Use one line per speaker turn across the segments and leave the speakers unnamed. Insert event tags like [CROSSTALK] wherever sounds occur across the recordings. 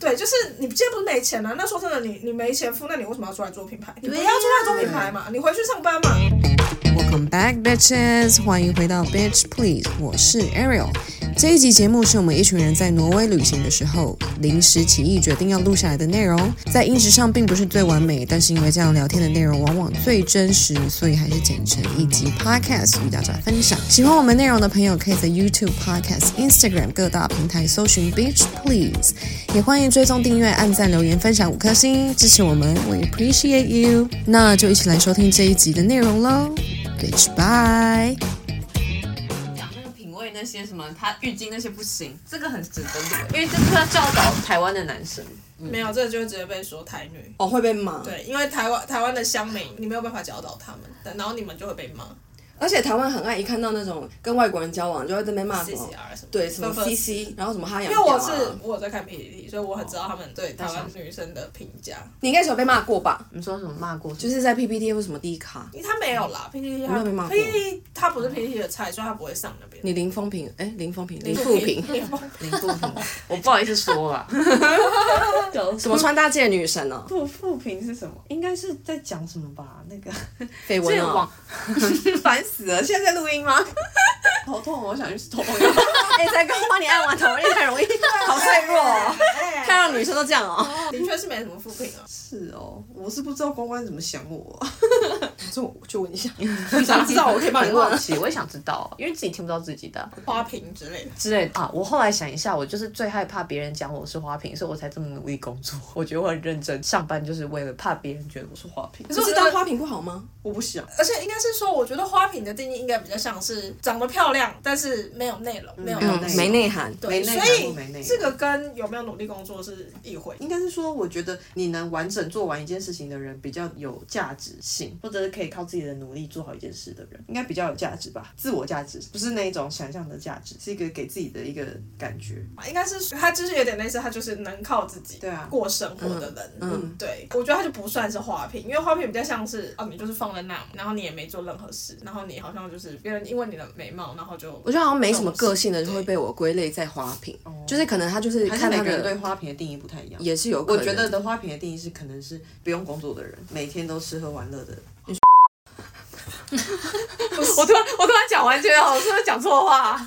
就是你现在不是没钱了、那说真的，你你没钱付，那你为什么要出来做品牌？你不要
对
出
呀
来做品牌嘛，你回去上班嘛。
Welcome back, bitches！欢迎回到 Bitch Please，我是 Ariel。这一集节目是我们一群人在挪威旅行的时候临时起意决定要录下来的内容，在音质上并不是最完美，但是因为这样聊天的内容往往最真实，所以还是剪成一集 podcast 与大家分享。喜欢我们内容的朋友，可以在 YouTube、Podcast、Instagram 各大平台搜寻 Bitch Please，也欢迎追踪订阅、按赞、留言、分享五颗星支持我们，We appreciate you。那就一起来收听这一集的内容喽。bitch bye。讲那个品味那些什么，他浴巾那些不行，这个很值得录，因为这是要教导台湾的男生
嗯
没有，这个就会直接被说台女。
哦，会被骂。，
对，因为台湾台湾的乡民，你没有办法教导他们，但然后你们就会被骂
而且台湾很爱一看到那种跟外国人交往就会在那边骂什
C
么
C，R 什么的，
哦对什么
分分
CC，然后什么哈洋、
因
啊。哦
为我是我有在看 PPT，所以我很知道他们对台湾女生的评价。
你应该是有被骂过吧？
你说什么骂过？就
就是是在 PPT 或什么 D 卡，
因为他没有啦，PPT
我
他
嗯没有被骂过
PPT 他不是 PPT 的菜，所以他不会上那边。
你零风评，哎、零风评，零负评，
你
[LAUGHS]
不
零不平，我不好意思说啊啦。
什么穿搭界女神哦、
不复评是什么？应该是在讲什么吧？那个
绯闻哦
[LAUGHS] 网，
烦死了！现在在录音吗？
头痛，我想去吃头痛药。
[LAUGHS] 哎、才刚帮你按完头，你很
[LAUGHS]
容易，好脆弱、哦，看到女生都这样哦、
哎的确是没什么负评啊。
是哦，我是不知道关关怎么想我。
[LAUGHS] 这我就问一下， [LAUGHS] 你想知道我可以帮你
很好 [LAUGHS]
问。
奇，我也想知道，因为自己听不到自己的
花瓶之类的，
之类的啊。我后来想一下，我就是最害怕别人讲我是花瓶，所以我才这么努力工作。我觉得我很认真上班，就是为了怕别人觉得我是花瓶。
可是当花瓶不好吗？
我不想，
而且应该是说，我觉得花瓶的定义应该比较像是长得漂亮，但是没有内容，没有
嗯
内容
没内涵，
对，
没内
所
涵或没内容
以这个跟有没有努力工作是一回。
应该是说，我觉得你能完整做完一件事情的人比较有价值性，或者是可以靠自己的努力做好一件事的人，应该比较有价值吧？自我价值不是那一种想象的价值，是一个给自己的一个感觉。
应该是他就是有点类似，他就是能靠自己
对啊
过生活的人。嗯，对，我觉得他就不算是花瓶，因为花瓶比较像是哦，你就是放在那嘛，然后你也没做任何事，然后你好像就是别人因为你的美貌，然后就
我觉得好像没什么个性的就会被我归类在花瓶，就是可能他就是
还是
哦看
每
他
个人对
的
花瓶的定义不太一样。
也是有可
我
能。
觉得的花瓶的定义是，可能是不用工作的人，每天都吃喝玩乐的人。
我突然我突然讲完，觉得我是不是讲错话？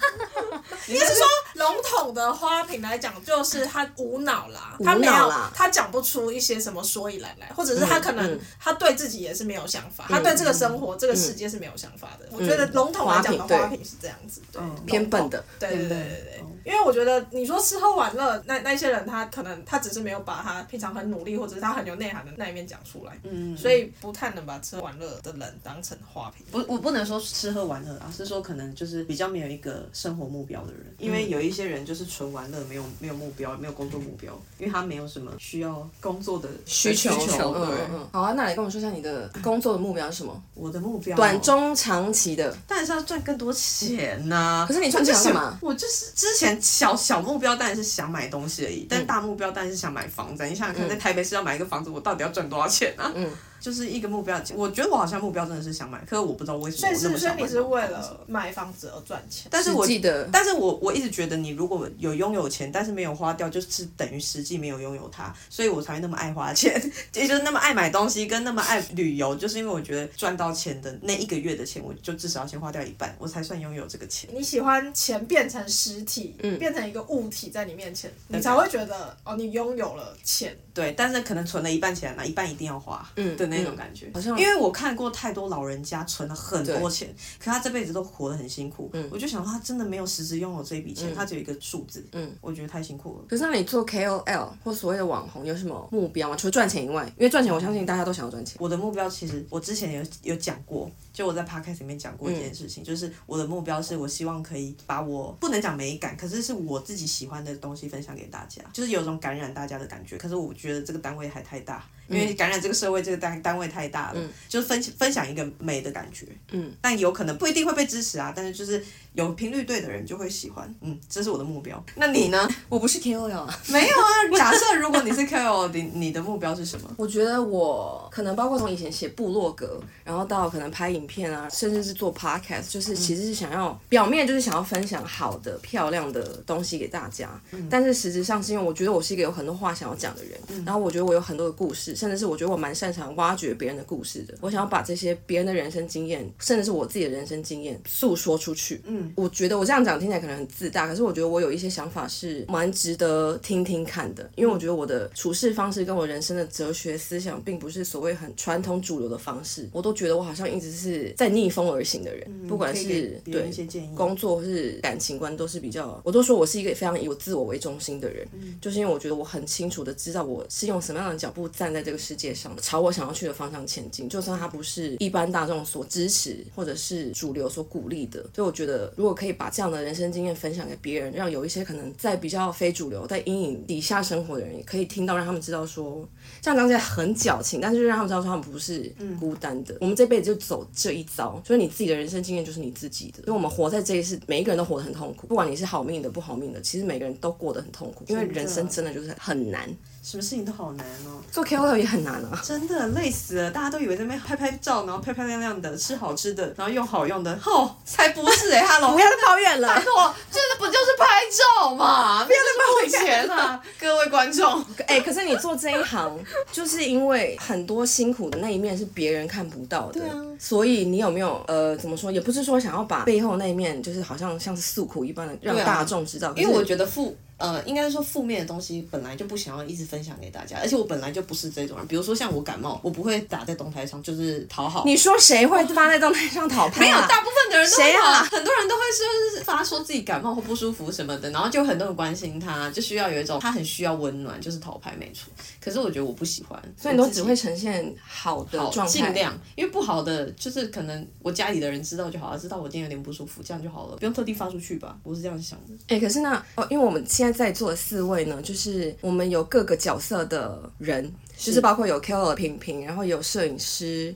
应该是说笼统的花瓶来讲，就是他无脑啦，他没
无脑
有
啦，
他讲不出一些什么所以然来，或者是他可能
嗯
他对自己也是没有想法，他对这个生活、这个世界是没有想法的。我觉得笼统来讲的
嗯花瓶对
花瓶是这样子，对，
嗯
偏笨的，
对对对对对
哦，
因为我觉得你说吃喝玩乐，那那些人他可能他只是没有把他平常很努力或者是他很有内涵的那一面讲出来，嗯，所以不太能把吃喝玩乐的人当成花瓶。
不，我不能说吃喝玩乐啊，是说可能就是比较没有一个生活目标的人，因
嗯
为有一些人就是纯玩乐，没有没有目标，没有工作目标，因为他没有什么需要工作的需
需求嗯
对，
嗯嗯。好啊，那你跟我说一下你的工作的目标是什么？
我的目标
短，中长期的，
当然是要赚更多钱呐、
可是你赚钱要干嘛
我就是之前小小目标当然是想买东西而已，
嗯
但大目标当然是想买房子啊。你想想看，在台北市要买一个房子，我到底要赚多少钱啊？
嗯
[LAUGHS] 就是一个目标。我觉得我好像目标真的是想买，可是我不知道为什么
所以
我那
是
么
所以
想买
你是为
房子
了买房子而赚钱，
但是我
实际的
但是我我一直觉得，你如果有拥有钱，但是没有花掉，就是等于实际没有拥有它，所以我才会那么爱花钱， [LAUGHS] 也就是那么爱买东西，跟那么爱旅游，就是因为我觉得赚到钱的那一个月的钱，我就至少要先花掉一半，我才算拥有这个钱。
你喜欢钱变成实体，
嗯
变成一个物体在你面前，你才会觉得哦，你拥有了钱。
对，但是可能存了一半钱，啊那一半一定要花，嗯的那种感觉。
好像
因为我看过太多老人家存了很
对
多钱，可他这辈子都活得很辛苦。我就想说，他真的没有实质拥有这笔钱，他只有一个数字。嗯，我觉得太辛苦了。
可是那你做 KOL 或所谓的网红有什么目标吗？除了赚钱以外，因为赚钱我相信大家都想要赚钱。
我的目标其实我之前有有讲过，就我在 podcast 里面讲过
嗯
一件事情，就是我的目标是我希望可以把我不能讲美感，可是是我自己喜欢的东西分享给大家，就是有种感染大家的感觉。可是我觉得这个单位还太大，因
嗯
为感染这个社会这个单单位太大了，就是分分享一个美的感觉，嗯，但有可能不一定会被支持啊，但是就是有频率对的人就会喜欢，嗯，这是我的目标。那你呢？
我不是 KOL 啊，
没有啊，假设如果你是是 KOL，你你的目标是什么？
我觉得我可能包括从以前写部落格，然后到可能拍影片啊，甚至是做 podcast，就是其实是想要、表面就是想要分享好的、漂亮的东西给大家，
嗯
但是实质上是因为我觉得我是一个有很多话想要讲的人，然后我觉得我有很多的故事，甚至是我觉得我蛮擅长挖掘别人的故事的，我想要把这些别人的人生经验，甚至是我自己的人生经验诉说出去。嗯，我觉得我这样讲听起来可能很自大，可是我觉得我有一些想法是蛮值得听听看
嗯
的，因为我觉得我的处事方式跟我人生的哲学思想，并不是所谓很传统主流的方式，我都觉得我好像一直是在逆风而行的人，不管
嗯可以
是
给别人
对
一些建议。
工作或是感情观都是比较，我都说我是一个非常以我自我为中心的人，就是因为我觉得我很清楚的知道我是用什么样的脚步站在这个世界上，朝我想要去的方向前进，就算它不是一般大众所支持或者是主流所鼓励的，所以我觉得如果可以把这样的人生经验分享给别人，让有一些可能在比较非主流、在阴影底下生活的人也可以听到，让他们知道说，这样讲起来很矫情，但是就让他们知道说他们不是孤单的。我们这辈子就走这一遭，所以你自己的人生经验就是你自己的。所以我们活在这一世，每一个人都活得很痛苦，不管你是好命的不好命的，其实每个人都过得很痛苦，因为人生真的就是很难。
什么事情都好难哦，
做 KOL 也很难啊，
真的累死了。大家都以为在那边拍拍照，然后漂漂亮亮的，吃好吃的，然后用好用的，吼、才不是哎、 [LAUGHS] 欸、，Hello，
不要再抱怨了 [LAUGHS]
拜。托，这不就是拍照 [LAUGHS] 嘛？不要再付钱了，各位观众。
哎、可是你做这一行，就是因为很多辛苦的那一面是别人看不到的，所以你有没有呃怎么说？也不是说想要把背后那一面，就是好像像是诉苦一般的让
对啊
大众知道，可
[LAUGHS] 因为
是
我觉得负呃，应该说负面的东西本来就不想要一直分享给大家，而且我本来就不是这种人。比如说像我感冒，我不会打在动态上，就是讨好。
你说谁会发在动态上讨拍、啊？
没有，大部分的人都会
谁啊
很多人都会说是发说自己感冒或不舒服什么的，然后就很多人关心他，就需要有一种他很需要温暖，就是讨拍没错。可是我觉得我不喜欢，
所以你都只会呈现好的
好
状态，
尽量，因为不好的就是可能我家里的人知道就好了，知道我今天有点不舒服，这样就好了，不用特地发出去吧。我是这样想的。
哎、可是那哦，因为我们现在在座的四位呢，就是我们有各个角色的人，就是包括有 KOL 平平，然后有摄影师，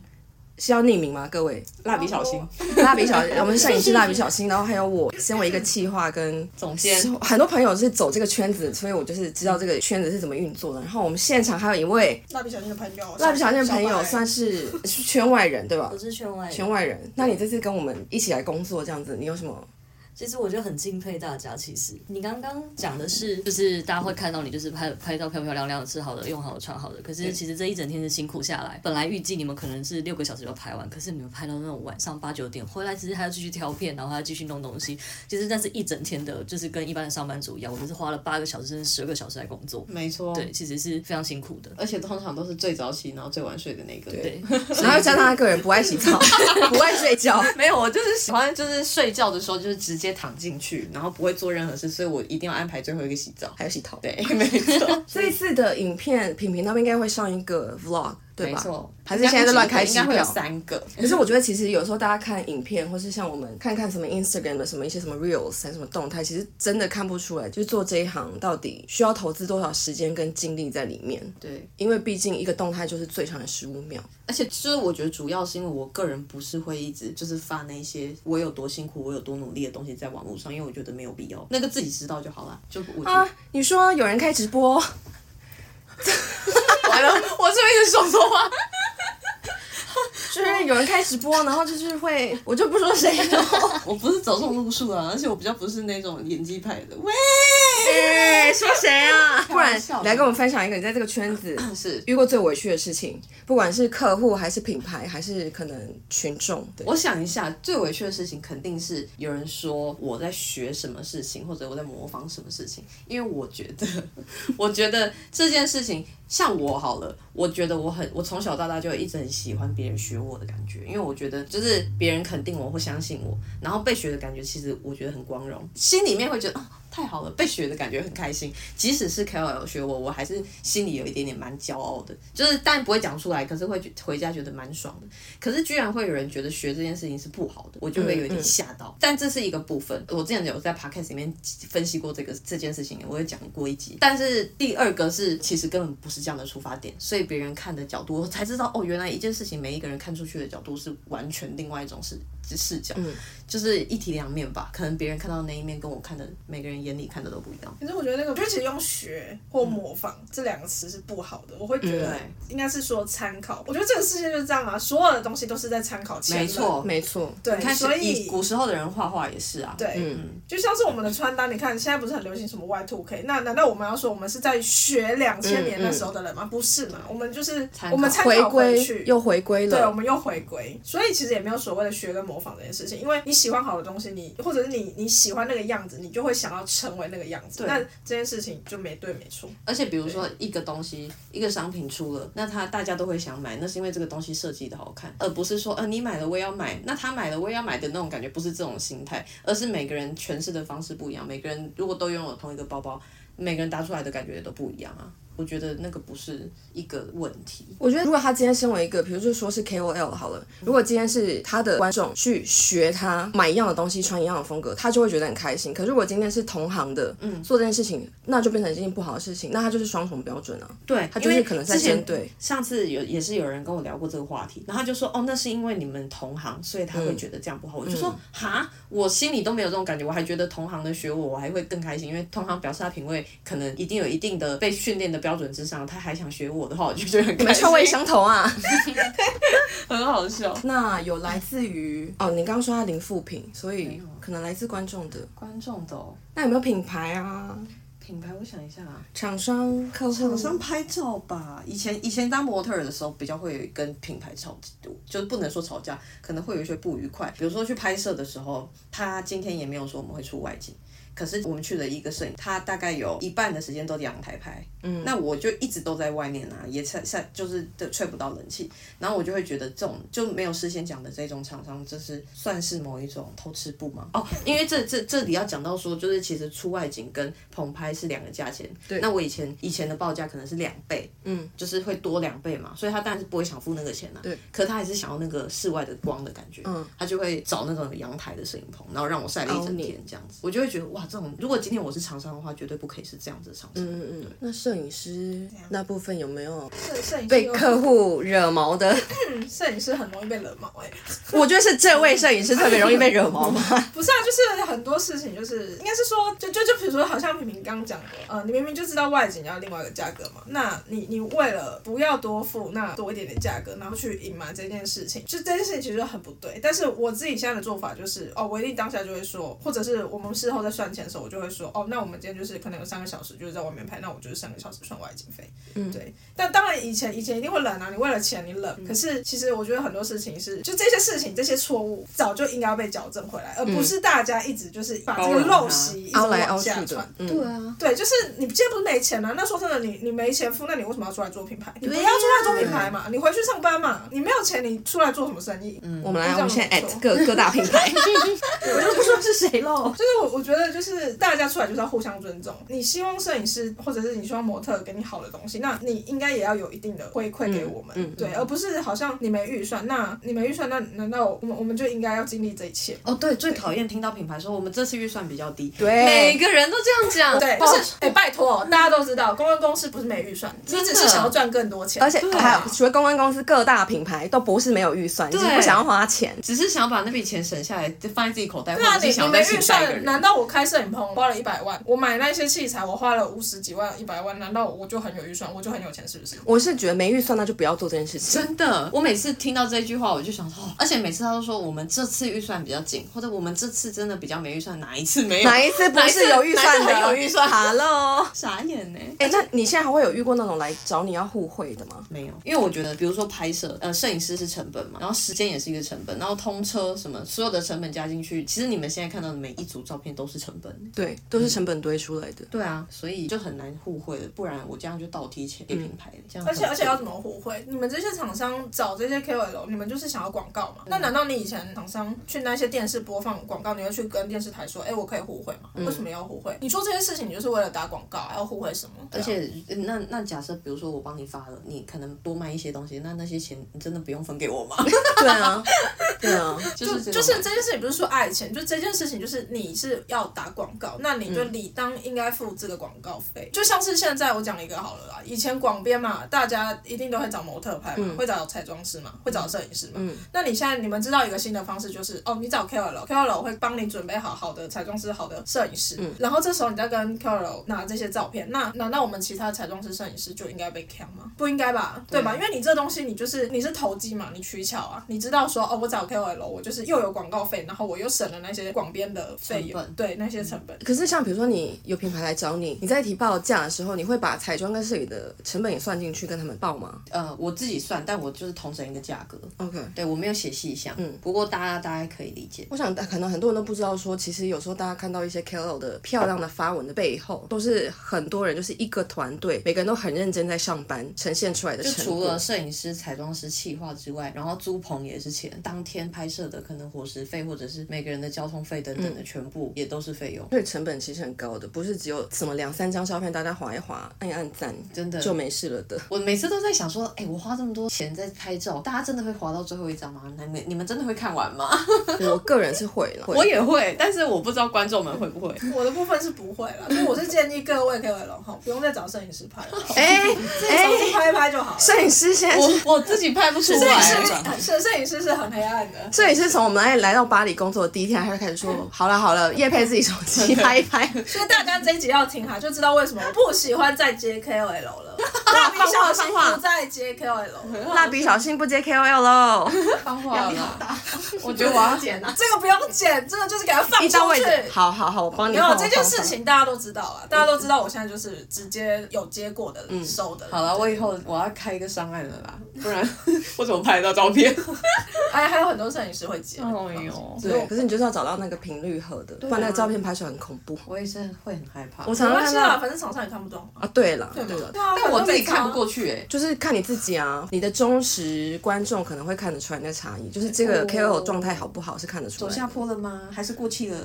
是要匿名吗？各位， [LAUGHS]
蜡笔小新
蜡笔
[LAUGHS]
小，我们摄影师蜡笔小新，然后还有我，身为一个企划跟
总监
是 [LAUGHS] 很多朋友是走这个圈子，所以我就是知道这个圈子是怎么运作的。然后我们现场还有一位
蜡笔小新的朋友，
蜡笔小新的朋友，
白
算是是圈外人
[LAUGHS]
对吧 [LAUGHS]
我？是圈外人，
圈外人，那你这次跟我们一起来工作这样子，你有什
[LAUGHS]
么？
其实我就很敬佩大家。其实你刚刚讲的是，就是大家会看到你就是拍拍到漂漂亮亮、吃好的、用好的、穿好的。可是其实这一整天是辛苦下来，本来预计你们可能是六个小时就拍完，可是你们拍到那种晚上八九点，回来其实还要继续挑片，然后还要继续弄东西。其实那是一整天的，就是跟一般的上班族一样，我们是花了八个小时甚至十二个小时来工作。
没错，
对，其实是非常辛苦的。
而且通常都是最早起，然后最晚睡的那个。
[LAUGHS]
对，
然后又加上他个人不爱洗
[LAUGHS]
澡，不爱睡觉，
没有，我就是喜欢，就是睡觉的时候就是直接躺进去，然后不会做任何事，所以我一定要安排最后一个洗澡。
还有洗头。
对， [LAUGHS] 没错，
这一次的影片，品品那边应该会上一个 vlog，对
没
吧？
错。
还是现在在乱开
应
支
该会有
票。[LAUGHS]
三个。
可是我觉得，其实有时候大家看影片，或是像我们看看什么 Instagram 的什么一些什么 reels 还是什么动态，其实真的看不出来，就是做这一行到底需要投资多少时间跟精力在里面。
对，
因为毕竟一个动态就是最长的十五秒，
而且就是我觉得主要是因为我个人不是会一直就是发那些我有多辛苦、我有多努力的东西在网络上，因为我觉得没有必要，那个自己知道就好了。就我觉得，
啊，你说有人开直播，
完了， [LAUGHS] 我这边一直说错话。
就是有人开直播，然后就是会，我就不说谁了。
[LAUGHS] 我不是走这种路数啊，而且我比较不是那种演技派的。喂，
哎说谁
[LAUGHS]
啊？不然
玩笑的
来跟我们分享一个你在这个圈
[CLEARS THROAT]
子
是
遇过最委屈的事情，不管是客户还是品牌，还是可能群众。对，
我想一下，最委屈的事情肯定是有人说我在学什么事情，或者我在模仿什么事情，因为我觉得， [LAUGHS] 我觉得这件事情像我好了，我觉得我很，我从小到大就一直很喜欢别人学我的感觉，因为我觉得就是别人肯定我或相信我，然后被学的感觉其实我觉得很光荣，心里面会觉得啊。太好了，被学的感觉很开心。即使是 KOL 学我，我还是心里有一点点蛮骄傲的，就是但不会讲出来，可是会觉回家觉得蛮爽的。可是居然会有人觉得学这件事情是不好的，我就会有点吓到。但这是一个部分，我之前有在 podcast 里面分析过这个这件事情，我也讲过一集。但是第二个是，其实根本不是这样的出发点，所以别人看的角度，我才知道哦，原来一件事情每一个人看出去的角度是完全另外一种是视角，就是一体两面吧。可能别人看到那一面，跟我看的每个人眼里看的都不一样。
可是我觉得那个，就是其实用学或模仿、这两个词是不好的，我会觉得
嗯
应该是说参考。我觉得这个世界就是这样啊，所有的东西都是在参考前人
没错，
没错，
对
你看，，
所
以
以
古时候的人画画也是啊。
对，
嗯
就像是我们的穿搭，你看现在不是很流行什么 Y two K？那难道我们要说我们是在学两千年
嗯
那时候的人吗？不是嘛，我们就是
参考
我们参
回
考回
归
去。
又回归
对，我
了，
们又回归，所以其实也没有所谓的学跟模仿这件事情，因为你喜欢好的东西，你或者是你你喜欢那个样子，你就会想要成为那个样子。
对
那这件事情就没对没错，
而且比如说一个东西，一个商品出了，那它大家都会想买，那是因为这个东西设计的好看，而不是说，呃，你买了我也要买，那他买了我也要买的那种感觉，不是这种心态，而是每个人诠释的方式不一样。每个人如果都拥有同一个包包，每个人搭出来的感觉也都不一样啊。我觉得那个不是一个问题。
我觉得如果他今天身为一个，比如就说是 KOL 好了，如果今天是他的观众去学他买一样的东西，穿一样的风格，他就会觉得很开心。可是如果今天是同行的，嗯，做这件事情，那就变成一件不好的事情，那他就是双重标准啊，
对，
他就是可能在针对。
上次有也是有人跟我聊过这个话题，然后他就说哦，那是因为你们同行，所以他会觉得这样不好。我就说哈，我心里都没有这种感觉，我还觉得同行的学我，我还会更开心，因为同行表示他品味可能一定有一定的被训练的标准之上，他还想学我的话，我就觉得很
你们
开心
臭，味相投啊！
[LAUGHS] 很好笑。
那有来自于哦，你刚刚说他零负评，所以可能来自观众的。
观众的、哦、
那有没有品牌啊？
品牌，我想一下啊，
厂商、客户、
厂商拍照吧，以前以前当模特儿的时候，比较会跟品牌吵，就是不能说吵架，可能会有一些不愉快。比如说去拍摄的时候，他今天也没有说我们会出外景，可是我们去了一个摄影，他大概有一半的时间都在阳台拍，嗯，那我就一直都在外面啊，也晒晒就是都吹不到冷气，然后我就会觉得这种就没有事先讲的这种厂商，就是算是某一种偷吃步嘛。哦，因为这这这里要讲到说，就是其实出外景跟棚拍是两个价钱。对，那我以前以前的报价可能是两倍，嗯，就是会多两倍嘛，所以他当然是不会想付那个钱了、对，可他还是想要那个室外的光的感觉，嗯，他就会找那种有阳台的摄影棚，然后让我晒了一
凹
整
你
天这样子，我就会觉得哇，这种如果今天我是厂商的话，绝对不可以是这样子的厂商。嗯嗯嗯。
那摄影师那部分有没有
摄摄
哎
影师
被
又
客户惹毛的？ [LAUGHS]
摄影师很容易被惹毛哎、
我觉得是这位摄影师特别容易被惹毛
[LAUGHS]
嘛。
不是啊，就是很多事情，就是应该是说，就就就比如说，好像平平刚讲的，呃，你明明就知道外景要另外一个价格嘛，那你你为了不要多付那多一点点价格，然后去隐瞒这件事情，就这件事情其实很不对。但是我自己现在的做法就是，哦，我一定当下就会说，或者是我们事后在算钱的时候，我就会说，哦，那我们今天就是可能有三个小时就是在外面拍，那我就是三个小时算外景费。嗯，对。但当然以前以前一定会冷啊，你为了钱你冷。
嗯
可是其实我觉得很多事情是，就这些事情这些错误早就应该要被矫正回来，而不是大家一直就是把这
包
个
容它
陋习一直
嗯凹来
往
凹去
下
的
传。，
嗯，
啊，
对，就是你今天不是没钱了、啊那说真的，你你没钱付，那你为什么要出来做品牌？你不要出来做品牌嘛，你回去上班嘛。你没有钱，你出来做什么生意？嗯，
我们来，
这样
我们现在
不错
at 各各大品
[LAUGHS]
牌， [LAUGHS]
我就不说是谁喽。
就是我我觉得就是大家出来就是要互相尊重。你希望摄影师或者是你希望模特给你好的东西，那你应该也要有一定的回馈给我
嗯
们，对，而不是好像你没预算，那你没预算，那难道我们我们就应该要经历这一切？
哦，对，最讨厌听到品牌说我们这次预算比较低，
对
每个人都这样讲，
对，
不
不是，哎、拜托，大家都知道，公关公司不是没预算，你只是想要赚更多钱，
而且还有除了公关公司，各大品牌都不是没有预算，只是不想要花钱。
只是想把那笔钱省下来，就放在自己口袋，或
那
者
你
是
啊你
想
没
再请
预
下一个
算？难
人。
道我开摄影棚花了一百万，我买那些器材我花了五十几万、一百万，难道我就很有预算，我就很有钱是不是？
我是觉得没预算，那就不要做这件事情。
真的，我每次听到这句话，我就想说，哦而且每次他都说我们这次预算比较紧，或者我们这次真的比较没预算， [LAUGHS] 哪一次没有？
哪一次不是有预算的？
哪一次很有预算
？Hello，
傻眼呢、
哎、那你现在还会有遇过那种来找你要互惠的吗？
没有，因为我觉得，比如说拍摄，呃，摄影师是成本嘛，然后时间也是一个成本，然后通车什么，所有的成本加进去，其实你们现在看到的每一组照片都是成本。
对，都是成本堆出来的。
对啊，所以就很难互惠了，不然我这样就倒贴钱给品牌了，这样
而且
很
嗯而且要怎
亏
么互惠？你们这些厂商找这些 KOL，你们就是想要广告
嗯
嘛？那难道你以前厂商去那些电视播放广告，你会去跟电视台说，哎、我可以互惠吗？
嗯
为什么要互惠？你做这些事情，你就是为了打广告，还要互惠什么？啊
而且，呃那那假设，比如说我帮你发了，你可能多卖一些东西，那那些钱你真的不用分给我
[LAUGHS]
吗？
对啊，对啊，
就是这种
就是这件事情不是说爱钱，就这件事情就是你是
嗯
要打广告，那你就理当应该付这个广告费。就像是现在我讲一个好了啦，以以前广编嘛，大家一定都会找模特拍
嗯
嘛，会找彩妆师嘛，会找摄影师嘛。那你现在你们知道一个新的方式，就是哦，你找 KOL，KOL 会帮你准备好好的彩妆师、好的摄影师，
嗯
然后这时候你再跟 KOL 拿这些照片，那难道我们其他彩妆师、摄影师就应该被坑吗？不应该吧，对吧？因为你这东西你就是你是投机嘛，你取巧啊，你知道说哦，我找 KOL，我就是又有广告费，然后我又省了那些广编的费
成
用
本，
对那些成本。
可是像比如说你有品牌来找你，你在提报价的时候，你会把彩妆跟摄影的成本也算进去跟他们报吗
呃，我自己算，但我就是同整一个价格。
？OK，
对我没有写细项，嗯，不过大家大概可以理解。
我想可能很多人都不知道说其实有时候大家看到一些 KOL 的漂亮的发文的背后，都是很多人就是一个团队，每个人都很认真在上班，呈现出来的
就
成
除
果。
了摄影师、彩妆师、企划之外，然后租棚也是钱，当天拍摄的可能伙食费或者是每个人的交通费等等的，全部也都是费用。
所以成本其实很高的，不是只有什么两三张照片，大家划一划，按一按赞，
真的
就没事了的。
我每次都在想说，哎、我花这么多钱在拍照，大家真的会滑到最后一张吗？你们你们真的会看完吗？
我个人是会了，会
我也会，但是我不知道观众们会不会。
我的部分是不会
[LAUGHS]
了，所以我是建议各位 KOL 哈，不用再找摄影师拍了，
[LAUGHS] 哎
自己
哎
手，机拍一拍就好了。
摄影师现在是。
我我自己拍不出
摄影
来
师。
摄摄影师是很黑暗的，
摄影师从我们来来到巴黎工作的第一天，他就开始说：“好了好了，叶佩自己手
[LAUGHS]
机拍一拍。
所以大家这一集要听哈，就知道为什么我不喜欢再接 KOL
[LAUGHS]
了。蜡笔小新不再接 KOL 了，”
蜡笔小新不接
[LAUGHS]
KOL 喽，
方话了，我觉得我要剪啊。
这个不用剪，这个就是给它放
一张
出
位置
去。。
好好好，我帮你
没有
放。
这件事情大家都知道啊，大家都知道我现在就是直接有接过的
嗯
人、收的人。
好了，我以后我要开一个商案了啦，不然 [LAUGHS] 我怎么拍得到照 [LAUGHS] 片？
哎，还有很多摄影师会接。
哦
哎呦，
我放。对，可是你就是要找到那个频率合的，不然那个照片拍出来很恐怖。
我也是会很害怕，
啊
我
没
常常
关
看
系啦，
到
反正厂商也看不懂嘛。
啊，对了，对
对
了
吧，对啊，
但我自己
反正没差
看不过去哎、
就是看你自己啊，你的忠实观众可能会看得出来那差异，就是这个
哦
KOL 状态好不好是看得出
走
来
下
的。
坡了吗？还是过气了？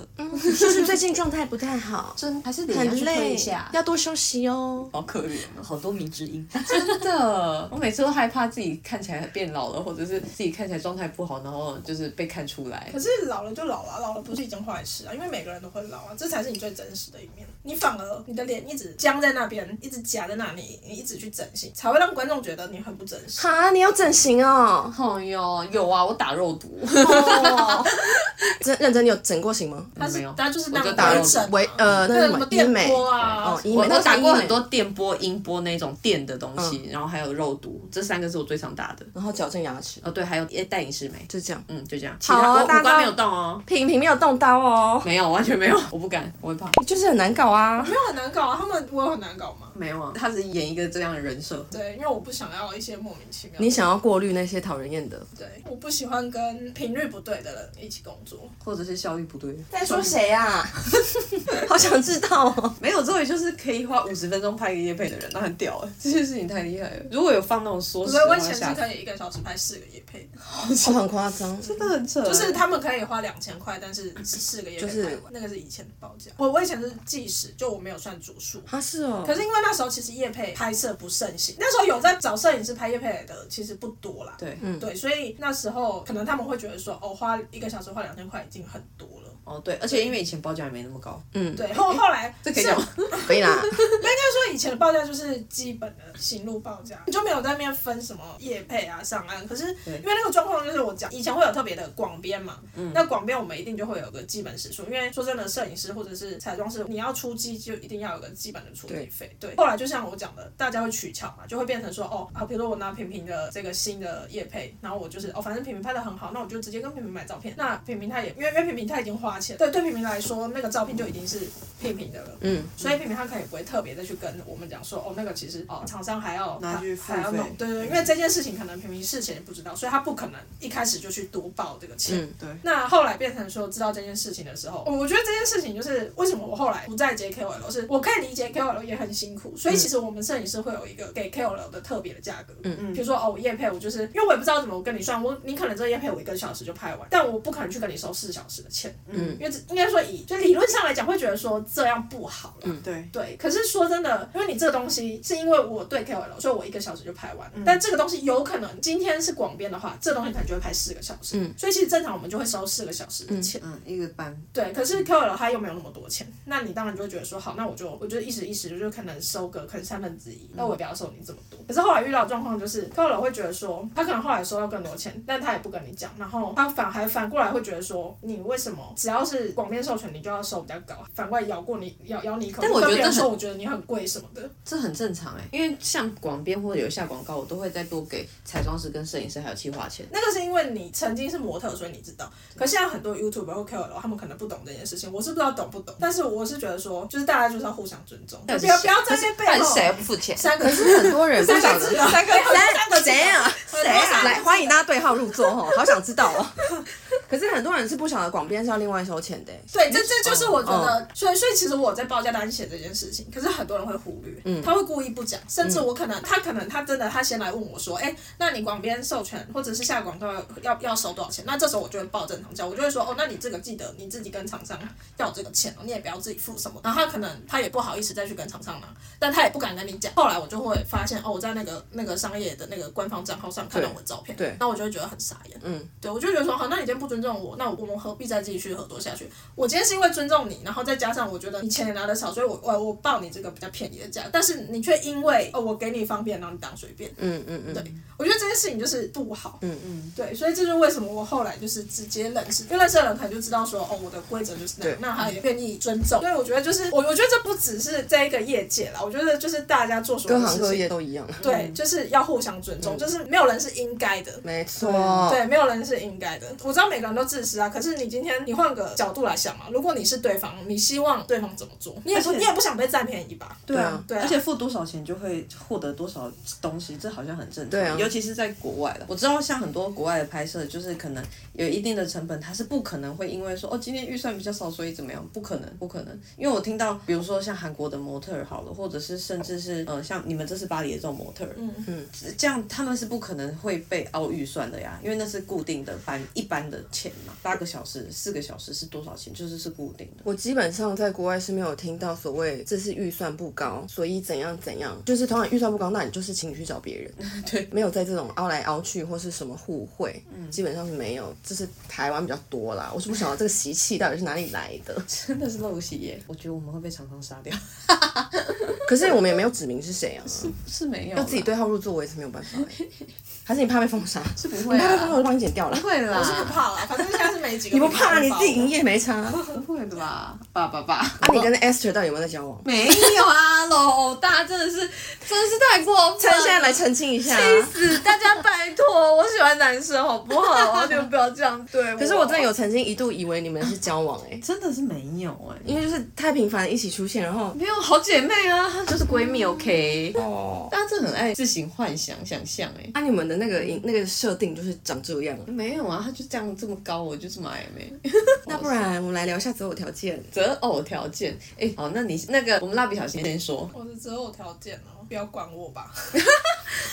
就是最近状态不太
[LAUGHS]
好，
真嗯还是得
很
去推
累
一下，。
要多休息哦。
好可怜哦，
好多迷之音，
[LAUGHS] 真的， [LAUGHS] 我每次都害怕自己看起来变老了，或者是自己看起来状态不好，然后就是被看出来
可。是老了就老了，老了不是一件坏事啊，因为每个人都会老啊，这才是你最真实的一面。你反而你的脸一直僵在那边，一直夹在那里，你一直去整形，才会让观众觉得你很不真实。
哈，你要整形哦？
哦哟，有啊，我打肉毒，
哦
[LAUGHS] 真认真，你有整过型吗？
他是
没有
他就是那
我
种
就打了
微嗯整啊
微呃，那
那个
个什
什么
么医美
电波啊
哦，医
[LAUGHS] 我
美。
我打
那是
过
医
很
美
多，电波、音波那种电的东西，然后还有肉毒，这三个是我最常打的。
然后矫正牙齿，
哦，对，还有诶带隐适美，
就这样。
嗯，就这样。其
好
他
啊
我五
大家
官没有动哦，
品品没有动刀哦，
没有，完全没有，我不敢，我会怕。
就是很难搞啊。
没有很难搞啊，他们我有很难搞吗？
没有啊，他只是演一个这样的人设。
对，因为我不想要一些莫名其妙的。
你想要过滤那些讨人厌的，
对，我不喜欢跟频率不对的人一起工作。
或者是效率不对，
在说谁啊？ [LAUGHS] 好想知道
[LAUGHS]
哦。
没有周宇就是可以花五十分钟拍一个夜配的人，那很屌哎、 [LAUGHS] 这件事情太厉害了。如果有放那种缩时，
所以我以前
下
是可以一个小时拍四个夜配的，
哦，很夸张。
真的很扯欸，
就是他们可以花两千块，但是是四个夜配
就是
拍完，那个是以前的报价。我我以前是计时，就我没有算组数。
啊，是哦。
可是因为那时候其实夜配拍摄不盛行，那时候有在找摄影师拍夜配的其实不多啦。
对，嗯
对，所以那时候可能他们会觉得说，哦，花一个小时花两千块已经很多了。
哦对，而且因为以前报价也没那么高，
对，后后来
嗯这可以讲吗？
可以啦。
说以前的报价就是基本的行路报价，你就没有在那边分什么业配啊、上岸。可是
对
因为那个状况就是我讲，以前会有特别的广编嘛，那广编我们一定就会有个基本时数，因为说真的，摄影师或者是彩妆师，你要出机就一定要有个基本的处理费。对，后来就像我讲的，大家会取巧嘛，就会变成说哦啊，比如说我拿平平的这个新的业配，然后我就是哦，反正平平拍的很好，那我就直接跟平平买照片。那平平他也因为因为平平他已经花钱，对对，平平来说那个照片就已经是平平的了。
嗯
嗯
所以平平他可能也不会特别的去跟我们讲说，哦，那个其实哦，厂商还要
拿去付费
还要弄，对对，对因为这件事情可能平平事前也不知道，所以他不可能一开始就去多报这个钱。
嗯
对
那后来变成说知道这件事情的时候，哦我我觉得这件事情就是为什么我后来不再接 KOL，是我可以理解 KOL 也很辛苦，
嗯
所以其实我们摄影师会有一个给 KOL 的特别的价格，嗯嗯，比如说哦，我夜配我就是因为我也不知道怎么跟你算，我你可能这夜配我一个小时就拍完，但我不可能去跟你收四小时的钱，嗯，嗯，因为这应该说以就理论上来讲，会觉得说这样不好啦。
对，
对，可是说真的，因为你这个东西是因为我对 KOL，所以我一个小时就拍完。但这个东西有可能今天是广编的话，这东西可能就会拍四个小时。所以其实正常我们就会收四个小时的钱。
嗯，一个班，
对，可是 KOL 他又没有那么多钱，那你当然就会觉得说，好，那我就我就一时一时，我就可能收个可能三分之一，那我也不要收你这么多。可是后来遇到的状况就是，KOL 会觉得说，他可能后来收到更多钱，但他也不跟你讲，然后他反还反过来会觉得说，你为什么只要是广编授权，你就要收比较高，反过来咬过你咬咬你一口，
但我觉得
跟别人
这很
说我觉得你很贵什么的，
这很正常哎、因为像广编或者有下广告，我都会再多给彩妆师跟摄影师还有企划钱。
那个是因为你曾经是模特，所以你知道。可现在很多 YouTuber 或 KOL 他们可能不懂这件事情，我是不知道懂不懂，但是我是觉得说，就是大家 [LAUGHS] 就是要互相尊重，不要不要在
[LAUGHS]
那边哦背
但
后
谁要付钱？
三个
可是很多人不晓得
三个字啊
三个
三个字啊
谁啊
很多
谁
三个
啊？
字
来，欢迎大家对号入座哦，好想知道哦。
可是很多人是不晓得广编是要另外收钱的、欸。
对，这这就是我觉
嗯
得，所以所以其实我在报价单写这件事情，可是很多人会忽略，
嗯
他会故意不讲，甚至我可能、他可能他真的他先来问我说，哎、那你广编授权或者是下广告要要收多少钱？那这时候我就会报正常价，我就会说，哦，那你这个记得你自己跟厂商要这个钱哦，你也不要自己付什么。然后他可能他也不好意思再去跟厂商拿，但他也不敢跟你讲。后来我就会发现，哦，我在那个那个商业的那个官方账号上看到我的照片，
对
那我就会觉得很傻眼，嗯，对我就觉得说，好，那你今天不尊重我，那我们何必再继续合作下去？我今天是因为尊重你，然后再加上我觉得你钱也拿的少，所以我我我报你这个比较便宜的价，但是你却因为哦我给你方便，然后你当随便，
嗯嗯嗯，
对我觉得这件事情就是不好，嗯嗯，对，所以这就是为什么我后来就是直接认识，因为认识的人可能就知道说，哦，我的规则就是那样，那他也愿意尊重。所以我觉得就是我，我觉得这不只是这一个业界啦，我觉得就是大家做所有
各
的
行
事
各
情，
业都一样。
对，就是要互相尊重，就是没有人是应该的。
没错，
对，没有人是应该的。我知道每个人都自私啊，可是你今天你换个角度来想嘛，如果你是对方，你希望对方怎么做？你也不
而且
你也不想被占便宜吧？
对啊，
对啊
而且付多少钱就会获得多少东西，这好像很正常。
对啊
尤其是在国外了。我知道像很多国外的拍摄，就是可能有一定的成本，它是不可能会因为说哦今天预算比较少，所以怎么样？不可能，不可能。因为我听到，比如说像韩国的模特儿好了，或者是甚至是呃像你们这次巴黎的这种模特，嗯嗯，这样他们是不可能会被凹预算的呀，因为那是固定的班一般的钱嘛，八个小时、四个小时是多少钱，就是是固定的。
我基本上在国外是没有听到所谓这是预算不高，所以怎样怎样，就是通常预算不高，那你就是请你去找别人，
[LAUGHS]
对，没有在这种凹来凹去或是什么互惠，
嗯
基本上是没有，就是台湾比较多啦。我是不晓得这个习气到底是哪里来的，
真的是陋习耶！我觉得我们会被厂商杀掉。 [LAUGHS]
可是我们也没有指明是谁啊，
是没有啦，
要自己对号入座，我也是没有办法欸、还是你怕被封杀？
是不
你
会
怕被封
啊
杀，我，就帮你剪掉了。
会啦，
我是不怕啦，反正现在是没几个。
你 [LAUGHS] 不怕？啊你自己营业没差啊？
不会的吧？爸爸爸，
你跟 Esther 到底有没有在交往？
没有啊，老大真的是，真的是太过分
趁
了。
现在来澄清一下啊。
气死大家！拜托，我喜欢男生好不好？你们不要这样 [LAUGHS] 对我。
可是我真的有曾经一度以为你们是交往哎、
真的是没有哎、
欸
因为就是太频繁一起出现，然后
没有好姐妹啊，就是闺蜜 OK。
哦，
大家真的很爱自行幻想想象哎、
啊那、你们的那个那个设定就是长这样啊。
没有啊，他就这样这么高，我就这么矮妹。
那不然我们来聊一下择偶条件。
择偶条件，哎、好，那你那个我们蜡笔小新先说，
我的择偶条件哦，不要管我吧。 [LAUGHS]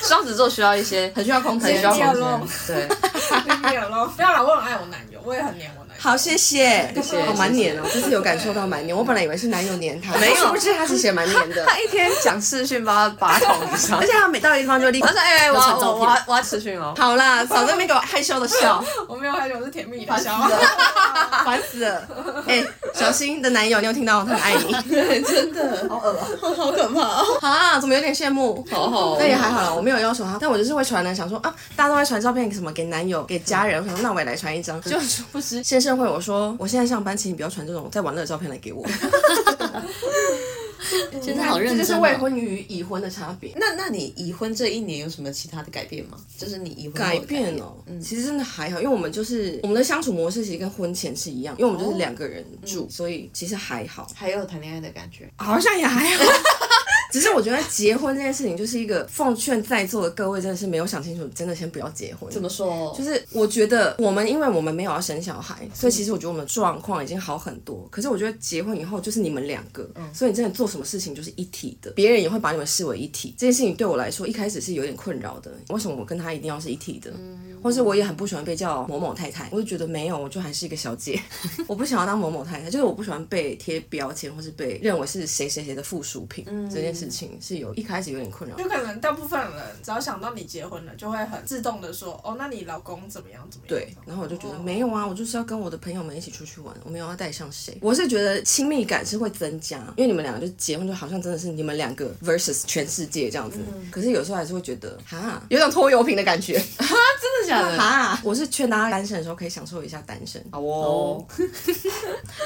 双子座需要一些，很需要空间，需要空间，对，
没有咯，不要啦，我很爱我男友，我也很黏我男友。
好，谢谢，谢
谢
好蛮黏哦，就是有感受到蛮黏。我本来以为是男友黏他，
没有
是不是他其实也蛮黏
[LAUGHS]
的，
他一天讲视讯把他拔头以上 [LAUGHS]
而，且他每到一个地方就立刻
他说，哎、我
传
要
照
我
片
我要我要视讯哦，
好啦，嫂子那边给我害羞的笑，
我没有害羞，我是甜蜜的笑。
烦死了。哎、小新的男友，你有听到他很爱
[LAUGHS]
你？
真的好恶、好可怕、哦，
啊，怎么有点羡慕？
好好、
那也还好啦，我没有要求他，但我就是会传的，想说啊，大家都在传照片，什么给男友、给家人，我想说那我也来传一
嗯
张。就殊不知先生会我说，我现在上班，请你不要传这种在玩乐的照片来
[LAUGHS]
给我。
现在
啊
好认
这
真、哦。
就是未婚与已婚的差别。
那那你已婚这一年有什么其他的改变吗？就是你已婚后的
改变哦，
嗯
其实真的还好，因为我们就是我们的相处模式其实跟婚前是一样，因为我
嗯
们就是两个人住，所以其实还好，
还有谈恋爱的感觉，
好像也还好。 [LAUGHS] 只是我觉得结婚这件事情就是一个奉劝在座的各位，真的是没有想清楚，真的先不要结婚。
怎么说？
就是是我觉得我们，因为我们没有要生小孩，所以其实我觉得我们的状况已经好很多。可是我觉得结婚以后就是你们两个，所以你真的做什么事情就是一体的，别人也会把你们视为一体。这件事情对我来说一开始是有点困扰的，为什么我跟他一定要是一体的？或是我也很不喜欢被叫某某太太，我就觉得没有，我就还是一个小姐， [LAUGHS] 我不想要当某某太太，就是我不喜欢被贴标签或是被认为是谁谁谁的附属品。这件事情是有一开始有点困扰的。
就可能大部分人只要想到你结婚了，就会很自动的说，哦，那你老公怎么样怎么样？
对，然后我就觉
哦
得没有啊，我就是要跟我的朋友们一起出去玩，我没有要带上谁。我是觉得亲密感是会增加，因为你们两个就结婚就好像真的是你们两个 versus 全世界这样子。
嗯
可是有时候还是会觉得哈，有种拖油瓶的感觉
真的假的？
哈。我是劝大家单身的时候可以享受一下单身，
好哦
[LAUGHS]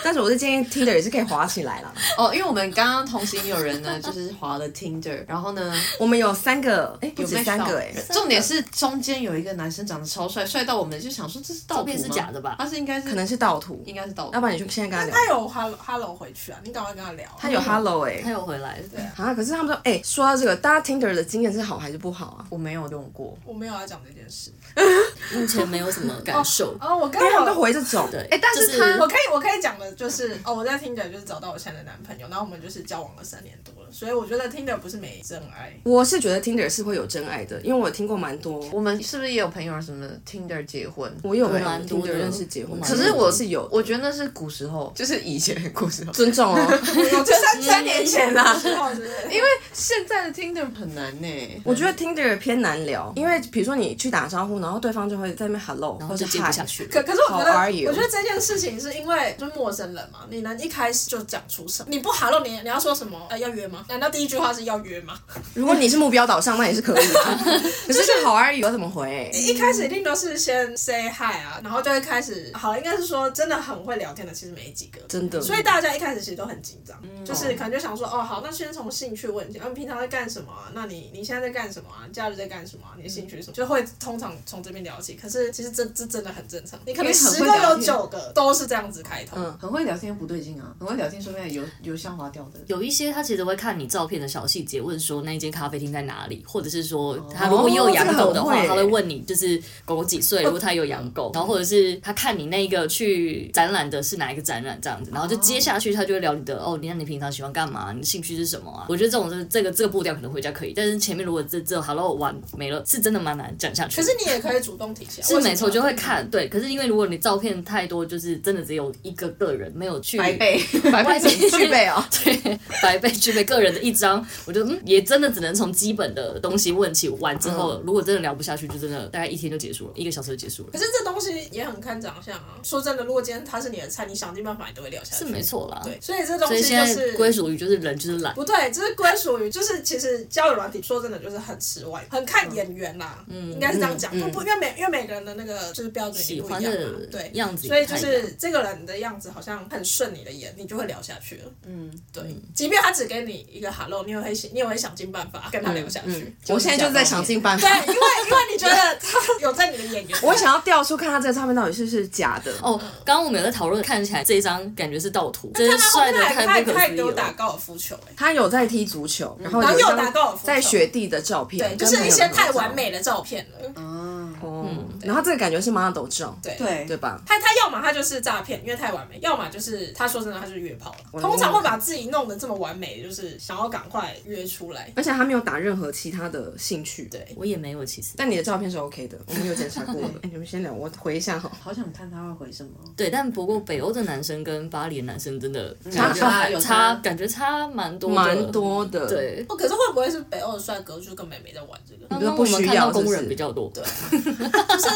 但是我是建议 Tinder 也是可以滑起来啦。
哦，因为我们刚刚同行有人呢， [LAUGHS] 就是滑了 Tinder，然后呢
我们有三个，哎，不
有
止
match
三
到
个哎、
重点是中间有一个男生长得超帅，帅到我们就想说这是盗
照
图吗
片是假的吧
他是应该是
可能是盗图，
应该是盗图
要不然你就现在跟他
他
哎
聊。
有 hello hello 回去啊，你赶快跟他聊啊。
他有 Hello 哎、
他又回来了，
啊！可是他们说，哎、说到这个，大家 Tinder 的经验是好还是不好啊？
我没有用过，
我没有要讲这件事。
目前没有什么感受。
哦，我刚
因为他们
好
都回这种，
对，
哎但
就是
他
我可以，我可以讲的就是，哦，我在听的就是找到我现在的男朋友，然后我们就是交往了三年多了，所以我觉得听的不是没真爱。
我是觉得 Tinder 是会有真爱的，因为我听过蛮多，
我们是不是也有朋友什么 Tinder 结婚？
我有
对
蛮多 Tinder
的
认识结婚，
可是我
是有
我觉得那是古时候，就是以前的古时候。
尊
[LAUGHS]
重哦。
我就三三年前啦，
嗯
哦
[LAUGHS]
因为
现在的 Tinder 很难呢、
我觉得 Tinder 偏难聊，因为比如说你去打招呼，然后对方就会在那边 hello
然
或
后就
者
接
hi
不下。去
可
了。
可是我觉
How are
得，
you？
我觉得这件事情是因为就是陌生人嘛，你能一开始就讲出什么？你不 hello，你你要说什么？呃，要约吗？难道第一句话是要约吗？
如果你是目标导向，那也是可以
[LAUGHS]
的。可是就好 are you 要怎么回？
一开始一定都是先 say hi 啊，然后就会开始，好，应该是说真的很会聊天的，其实没几个。
真的，
所以大家一开始其实都很紧张，
嗯
就是可能就想说，哦，好，那先从兴趣问起，啊，你平常在干什么啊？那你你现在在干什么啊？你假日在干什么啊？你的兴趣
嗯
是什么？就会通常从这边聊起。可是其实这这真的很正常，你可
因
能
为很
十
会
个
聊
有
天
九个都是这样子开头。
嗯
很会聊天不对劲啊，很会聊天，说明有有香滑掉的。
有一些他其实会看你照片的小细节，问说那一间咖啡厅在哪里，或者是说他如果也有养狗
这
的
个
话，
很会
他会问你就是狗几岁，如果他有养狗，然后或者是他看你那个去展览的是哪一个展览这样子，然后就接下去他就会聊你的哦，你看你平常喜欢干嘛，你的兴趣是什么啊？我觉得这种就是这个这个步调可能会比较可以，但是前面如果这这 hello 完没了，是真的蛮难讲下去的。
可是你也可以主动提起来，
是
为什么嗯
没错，就会看对。可是因为如果你照片太多，就是真的只有一个个人，没有去
白背， [LAUGHS] 白背
怎么
具备哦，
[LAUGHS] 对，白背具备个人的一张，我就嗯，也真的只能从基本的东西问起。完之后，如果真的聊不下去，就真的大概一天就结束了，一个小时就结束了
可。是这东西也很看长相啊。说真的，如果今天他是你的菜，你想尽办法你都会聊下去。
是没错啦。
对，所以这东
所以
西
现
就
在
是
归属于就是人就是懒，
不对，这是归属于，就是其实交友软体说真的就是很吃外，很看眼缘啦，嗯，应该是这样讲，不不，因为每因为每个人的那个就是标准一
喜
定不一
欢
样
的
嘛，对。
样子
所以
也
就
不太一样。
是这个人的样子好像很顺你的眼，你就会聊下去了。嗯，对。即便他只给你一个 hello，你也会你也会想尽办法跟他聊下
嗯
去。
我现在就在想尽办
对，
法。
因为因为你觉得他有在你的
[LAUGHS]
眼缘，
我想要调出看他这个照片到底是不是假的。
哦，刚刚我们有在讨论，看起来这一张感觉是盗图，真
看
是
他后
帅
面
的
还
太
还
不可
还
思议
给
哦
我打
了。
高尔夫球、欸，
他有在踢足球，然后
嗯然后
有一
又
张
打高尔夫球
在雪地的照片，
对，就是一些太完
美。
美的照片了。
嗯
嗯
哦，然后这个感觉是 model 照，
对
对
对吧？
他他要么他就是诈骗，因为太完美；要么就是他说真的，他就是约炮了。通常会把自己弄得这么完美，就是想要赶快约出来。
而且他没有打任何其他的兴趣。对，
我也没有，其实
但你的照片是 OK 的，我们有检查
[LAUGHS]
过的。哎你们先聊，我回一下哈。
好想看他会回什么。
对，但不过北欧的男生跟巴黎的男生真的
嗯
差
感觉还
有差
差，感觉差蛮多的，
蛮多的，，
对。
哦，可是会不会是北欧的帅哥就根本没在玩这个？
刚
觉得
刚
不
我
需
们看
要
到
是不
工
是
人比较多，对，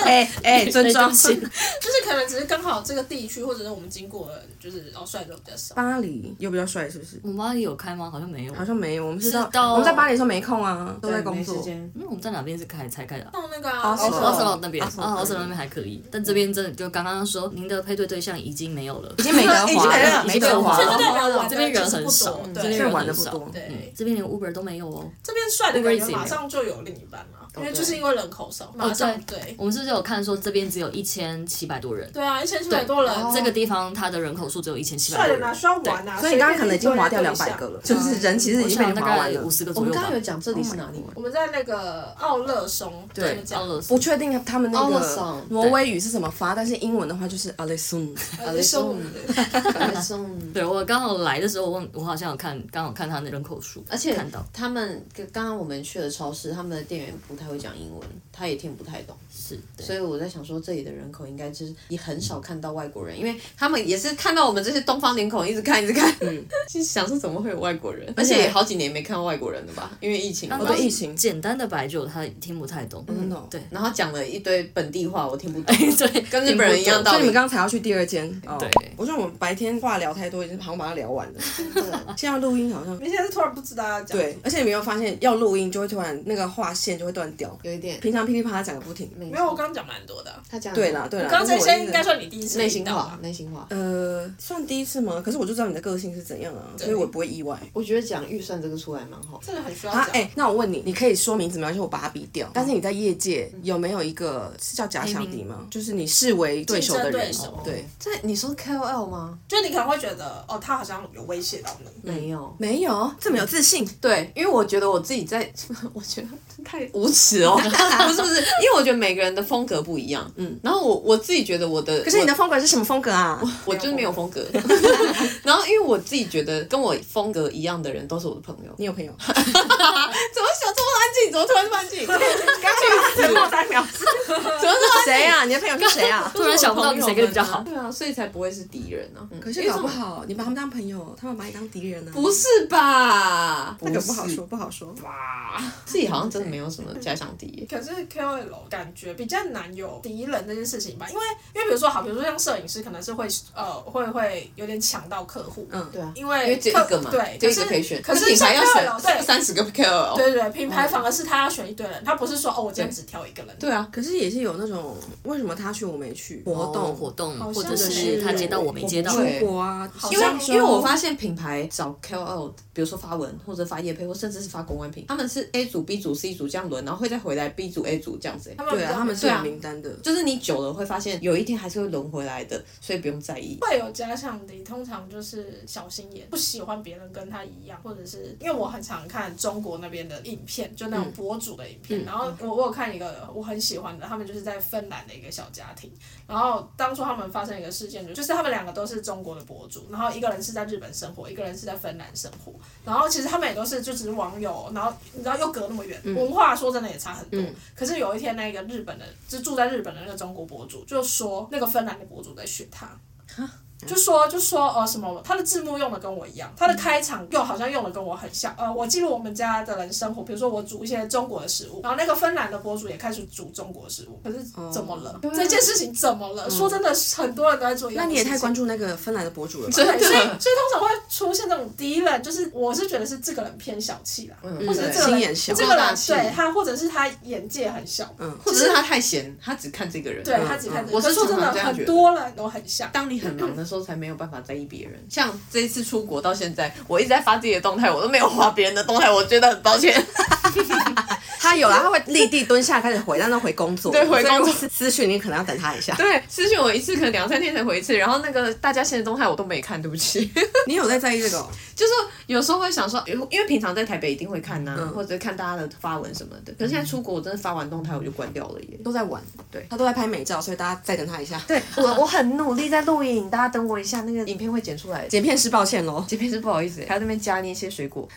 哎哎，尊重。
就是可能只是刚好这个地区，或者是我们经过的，就是哦帅哥比较少。
巴黎又比较帅，是不是？
我们巴黎有开吗？好像没有。
好像没有，我们是到
是到
我们在巴黎的时候没空啊，都在
对
工作
没时。间
嗯，我们在哪边是开才开的啊？
到那个啊，哦
哦是
奥
哦
斯陆那边啊，
斯陆
奥斯陆那边还可以，但这边真的就刚刚说，您的配对对象已经没有了，已
已经没得
已经
滑
没了
了，没得滑
所以就
了。
代表玩的
这边人很
其实
少
不，多
这边人
玩的
很
不
少
多，
对
嗯，这边连 Uber 都没有哦。
这边帅的
Uber
感
Eats
觉
也没有
哦
马上就有另一半了，因为就是因为人口少，马上对。对
我们是不是有看说这边只有一千七百多人？
对啊，一千七百多人，
这个地方它的人口数只有一千七百
帅
多
的哪
人，
需要玩啊？
哦所以你刚刚可能已经划
划
掉两百个了，就是人其实已
我
经被
想
你
大
划完
概
了。
五十个
我
左
们
右
刚
吧
刚有。讲这里
Oh
是哪里吗？
我们在那个奥勒松
对
这么讲
奥勒斯
不确定他们那
Awesome，
个挪威语是怎么发，但是英文的话就是 a l i s o n
啊
奥勒松， [LAUGHS]
对我刚好来的时候，我问我好像有看，刚好看他的人口数，
而且
看到
他们刚刚我们去的超市，他们的店员不太会讲英文，他也听不太懂，
是，对
所以我在想说，这里的人口应该就是也很少看到外国人，因为他们也是看到我们这些东方脸孔，一直看一直看，嗯，啊就想说怎么会有外国人，而且也好几年没看到外国人了吧，因为疫情嘛。
刚
对疫情
简单的白酒他听不太懂，
真的哦。
对，
然后讲了一堆本地话，我听不懂
[LAUGHS] 对，
跟日本人一样道
所以你们。
理
刚才要去第二间，哦
对
我说我们白天话聊太多，已经好像把它聊完了。现在录音好像
你现在是突然不知道要讲什么
对，而且你没有发现要录音就会突然那个话线就会断掉，
有一点，
平常噼里啪啦讲个不停。
没有，我刚刚讲蛮多的啊。
他讲
对啦对啦，
刚才
但是我一
先
直
应该算你第一次
内心
听到啊
话
吧，
内心话。
呃算第一次吗？可是我就知道你的个性是怎样啊，所以我不会意外。
我觉得讲预算这个出来蛮好，
这个很需要
啊
讲，。
哎、那我问你，你可以说名字没关系，我把它逼掉。但是你在业界有没有一个是叫假想敌吗？就是你视为对手的
竞争对
人
手，
对，
这你说 KOL 吗？
就你可能会觉得，哦，他好像有威胁到你，
没有，
没有这么有自信，
对，因为我觉得我自己 [LAUGHS] 在，我觉得太无耻哦， [LAUGHS] 不是不是，因为我觉得每个人的风格不一样，嗯，然后我我自己觉得我的，
可是你的
我
风格是什么风格啊？
我就是没有风格， [LAUGHS] 然后因为我自己觉得跟我风格一样的人都是我的朋友， [LAUGHS]
你有朋友？ [LAUGHS]
怎么想这么安静？怎么突然这么安静？
沉默三秒。
怎么说？
谁啊？你的朋友
[LAUGHS]
是谁啊？
[LAUGHS] 突然想不到你谁跟你比较好，
[LAUGHS] 对啊，所以才不会是敌人啊，嗯
可是搞不好你把他们当朋友，他们把你当敌人呢、
不是吧？
那个
是
不好说，不好说。
自己好像真的没有什么假想敌
[LAUGHS]
耶。
可是 KOL 感觉比较难有敌人这件事情吧，因为因为比如说好，比如说像摄影师可能是会呃会会有点抢到客户，
嗯
对啊，
因为
因为只有一个嘛，
对，
只有一
是
个可以选。
可是
品牌要
像 KOL
选三十个 KOL，
对对对，品牌反而是他要选一堆人，他不是说哦我今天只挑一个人，
哦对啊，
可是也是有那种，为什么他去我没去？活
哦
动
活动，
好
或
像
者是
是
他接到我没接到
出，
对
国啊，
因为
像
因为我发现品牌找 KOL，比如说发文或者发业配，或甚至是发公关品，他们是 A 组、B 组、C 组这样轮，然后会再回来 B 组、A 组这样子、欸
他们
对
比
啊，
较
他们是
对
有
啊
名单的。
就是你久了会发现，有一天还是会轮回来的，所以不用在意。
会有假想敌，通常就是小心眼，不喜欢别人跟他一样，或者是因为我很常看中国那边的影片，就那种博主的影片。然后我我有看一个我很喜欢的，他们就是在芬兰的一个小家庭，然后当初他们发生一个事件，就是他们两个都是中国的博主，然后一个人是在日本生活，一个人是在芬兰生活。然后其实他们也都是就只是网友，然后你知道又隔那么远，
嗯
文化说真的也差很多。可是有一天，那个日本的就住在日本的那个中国博主就说，那个芬兰的博主在学他。就说就说呃什么，他的字幕用的跟我一样，他的开场又好像用的跟我很像。呃，我记录我们家的人生活，比如说我煮一些中国的食物，然后那个芬兰的博主也开始煮中国食物，可是怎么
哦
了？这件事情怎么了？说真的，很多人都在做一样
啊那
的事情。
你也太关注那个芬兰的博主了吧？
对，所以所以通常会出现这种敌人，就是我是觉得是这个人偏小气啦，
嗯
或者是这个
心
人
眼小
这个
大
人
气
对他，或者是他眼界很小，嗯，
或者是他太闲，他只看这个人。
对他只看
嗯
这个。
我
可
是
是说真的，
常常这样觉
很
得
多人都很像。
当你很忙的时候，才没有办法在意别人。像这一次出国到现在，我一直在发自己的动态，我都没有发别人的动态，我觉得很
[LAUGHS]
抱歉。
他有啦，他会立地蹲下开始回，但都回工作。
对回工作
所以私私讯你可能要等他一下。
对，私信我一次，可能两三天才回一次，然后那个大家现在动态我都没看，对不起。
[LAUGHS]
[LAUGHS]
你有在在意这个哦？
就是有时候会想说，因为平常在台北一定会看呐、
嗯
或者看大家的发文什么的。可是现在出国，我真的发完动态我就关掉了耶。
都在玩，
对
他都在拍美照，所以大家再等他一下。
[LAUGHS] 对我我很努力在录影，大家等我一下，那个影片会剪出来。剪
剪片师抱歉喽。
剪片是不好意思，还要那边加那些水 [LAUGHS] 果。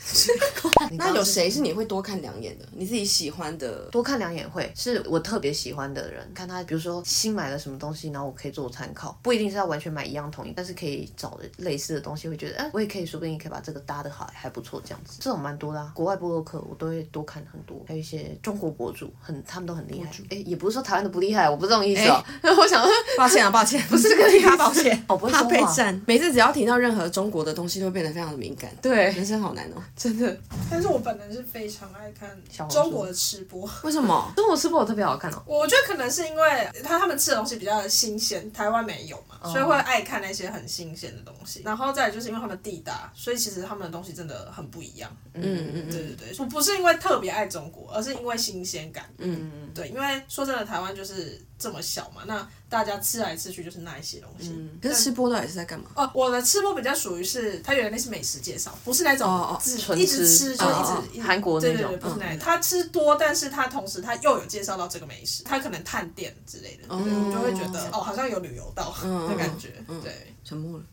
那有谁是你会多看两眼的？你自己喜欢的？
多看两眼会是我特别喜欢的人，看他比如说新买了什么东西，然后我可以做参考，不一定是要完全买一样同一，但是可以找的类似的东西，会觉得哎、我也可以，说不定可以把这个搭的好，还不错这样子。这种蛮多的、啊，国外布洛克我都会多看很多，还有一些中国博主，很他们都很厉害。哎、也不是说台湾的不厉害，我不是这种意思哦、 [LAUGHS] 我想说
抱歉啊，抱 [LAUGHS] 歉，不是
这个意思
他抱 [LAUGHS] 歉，
哦不会
怕
说
被
话
占。每次只要提到任何中国的东西，都会变得非常的敏感。
对
人生好难哦。
真的
但是我本人是非常爱爱看
小红书
中国的吃播。
[LAUGHS] 为什么？
中国吃播特别好看哦，
我觉得可能是因为他他们吃的东西比较新鲜，台湾没有嘛，
哦
所以会爱看那些很新鲜的东西。然后再来就是因为他们地大，所以其实他们的东西真的很不一样。
嗯嗯
对
嗯，
对对，不不是因为特别爱中国，而是因为新鲜感。嗯嗯，对，因为说真的，台湾就是这么小嘛，那大家吃来吃去就是那一些东西。
可是吃播到底是在干嘛？
哦，我的吃播比较属于是，它原来是美食介绍，不是那
哦
种
哦
只
纯
一直
吃
吃就
哦哦
一直一
韩国那
对对
种
对，不是那种，他吃多，但是他同时他又有介绍到这个美食，他可能探店之类的，对，我就会觉得哦，好像有旅游到的感觉，对。
沉 [LAUGHS] 默了，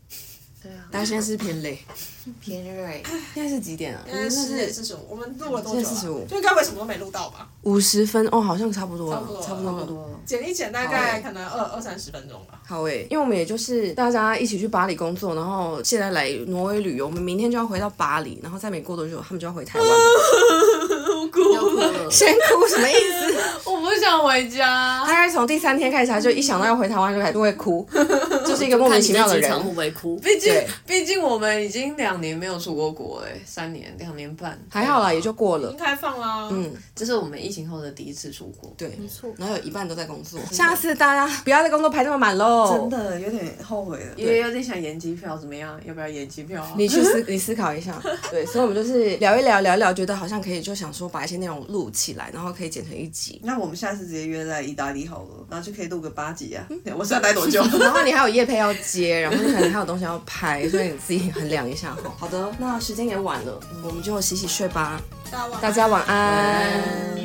对啊，
大家现在是不是偏累。
偏瑞，
现在是几点啊？我
现在
们
十
那
点
是
四十五，我们录了多久
现在45
啊？就该为什么都没录到吧？
五十分哦，好像差不多
差不多
了，
了
差不多
差不
了。
剪一剪大
好
概
欸
可能二二三十分钟吧。
好诶、因为我们也就是大家一起去巴黎工作，然后现在来挪威旅游，我们明天就要回到巴黎，然后再没过多久他们就要回台湾了。
要哭了
先哭什么意思？
我不想回家
大。概从第三天开始，他就一想到要回台湾就开始会哭，就是
[LAUGHS]
一个莫名
看你
其妙
在
的
机
人
场。会不会
[LAUGHS]
哭？
毕竟
对，
毕竟我们已经两年没有出过国哎、三年、两年半，啊
还好啦，也就过了
已经。开放啦，嗯，
这是我们疫情后的第一次出国。
对，没错。然后有一半都在工作，下次大家不要在工作排这么满喽。
真，的有点后悔了。
也有点想延机票，怎么样？要不要延机票、啊？
你去思，你思考一下。对，所以我们就是聊一聊，聊一聊，觉得好像可以，就想说把一些内容录起来，然后可以剪成一集。
那我们下次直接约在意大利好了，然后就可以录个八集啊。我是要待多久？
然后你还有夜配要接，然后你可能还有东西要拍，所以你自己衡量一下哈。好的，那时间也晚了，我们就洗洗睡吧。
大家晚安
大家晚安。